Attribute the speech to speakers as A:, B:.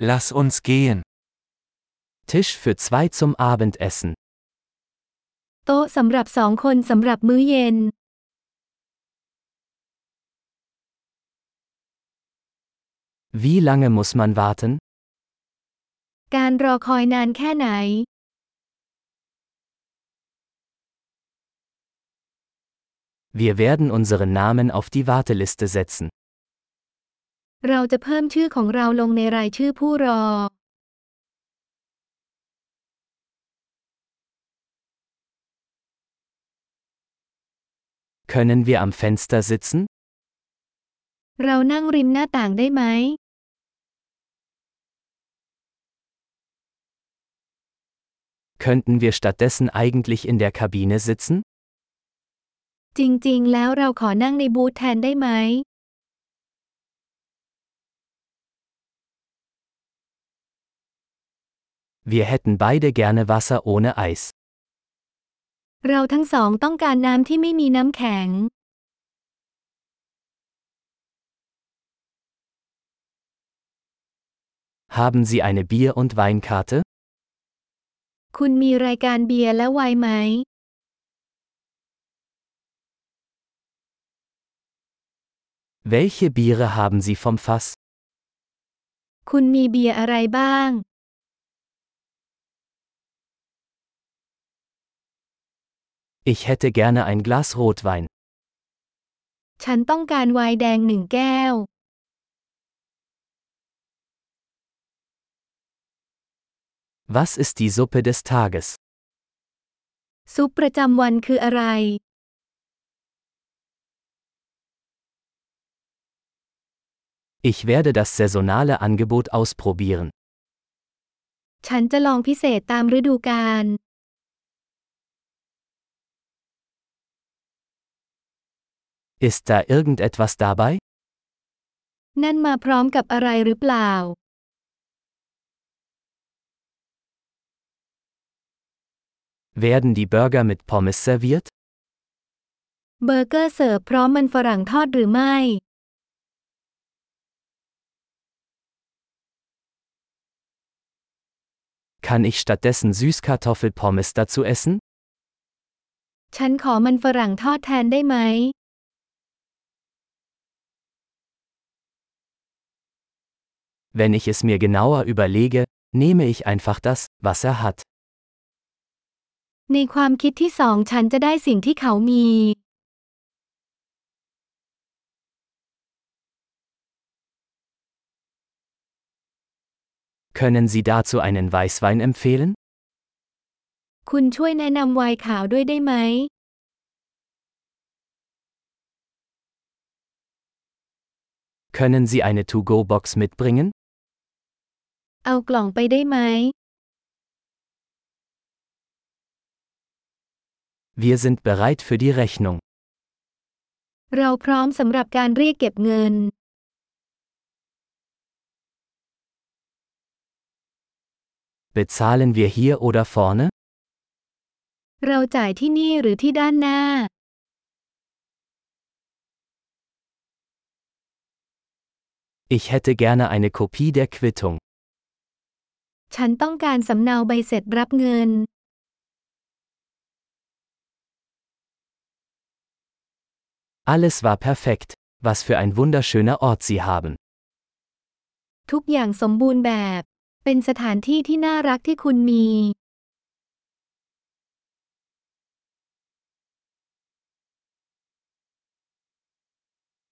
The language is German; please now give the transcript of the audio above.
A: Lass uns gehen. Tisch für zwei zum Abendessen.
B: โต๊ะสำหรับสองคนสำหรับมื้อเย็น
A: Wie lange muss man warten?
B: การรอคอยนานแค่ไหน
A: Wir werden unseren Namen auf die Warteliste setzen.
B: เราจะเพิ่มชื่อของเราลงในรายชื่อผู้รอ
A: Können wir am Fenster sitzen?
B: เรานั่งริมหน้าต่างได้ไหม
A: Könnten wir stattdessen eigentlich in der Kabine sitzen?
B: จริงๆ แล้วเราขอนั่งในบูธแทนได้ไหม
A: Wir hätten beide gerne Wasser ohne Eis.
B: เราทั้งสองต้องการน้ำที่ไม่มีน้ำแข็ง
A: Haben Sie eine Bier- und Weinkarte?
B: คุณมีรายการเบียร์และไวน์ไหม
A: Welche Biere haben Sie vom Fass?
B: คุณมีเบียร์อะไรบ้าง
A: Ich hätte gerne ein Glas Rotwein.
B: ฉันต้องการไวน์แดงหนึ่งแก้ว
A: Was ist die Suppe des Tages?
B: ซุปประจำวันคืออะไร
A: Ich werde das saisonale Angebot ausprobieren.
B: ฉันจะลองพิเศษตามฤดูกาล
A: Ist da irgendetwas dabei?
B: นั่นมาพร้อมกับอะไรหรือเปล่า
A: Werden die Burger mit Pommes serviert?
B: เบอร์เกอร์เสิร์ฟพร้อมมันฝรั่งทอดหรือไม่
A: Kann ich stattdessen Süßkartoffelpommes dazu essen?
B: ฉันขอมันฝรั่งทอดแทนได้ไหม
A: Wenn ich es mir genauer überlege, nehme ich einfach das, was er hat.
B: ในความคิดที่สองฉันจะได้สิ่งที่เขามี
A: Können Sie dazu einen Weißwein empfehlen?
B: คุณช่วยแนะนำไวน์ขาวด้วยได้ไหม
A: Können Sie eine To-Go-Box mitbringen?
B: เอากล่องไปได้ไหม
A: Wir sind bereit für die Rechnung.
B: เราพร้อมสำหรับการเรียกเก็บเงิน
A: Bezahlen wir hier oder vorne?
B: เราจ่ายที่นี่หรือที่ด้านหน้า
A: Ich hätte gerne eine Kopie der Quittung.
B: ฉันต้องการสำเนาใบเสร็จรับเงิน
A: Alles war perfekt. Was für ein wunderschöner Ort Sie haben.
B: ทุกอย่างสมบูรณ์แบบ เป็นสถานที่ที่น่ารักที่คุณมี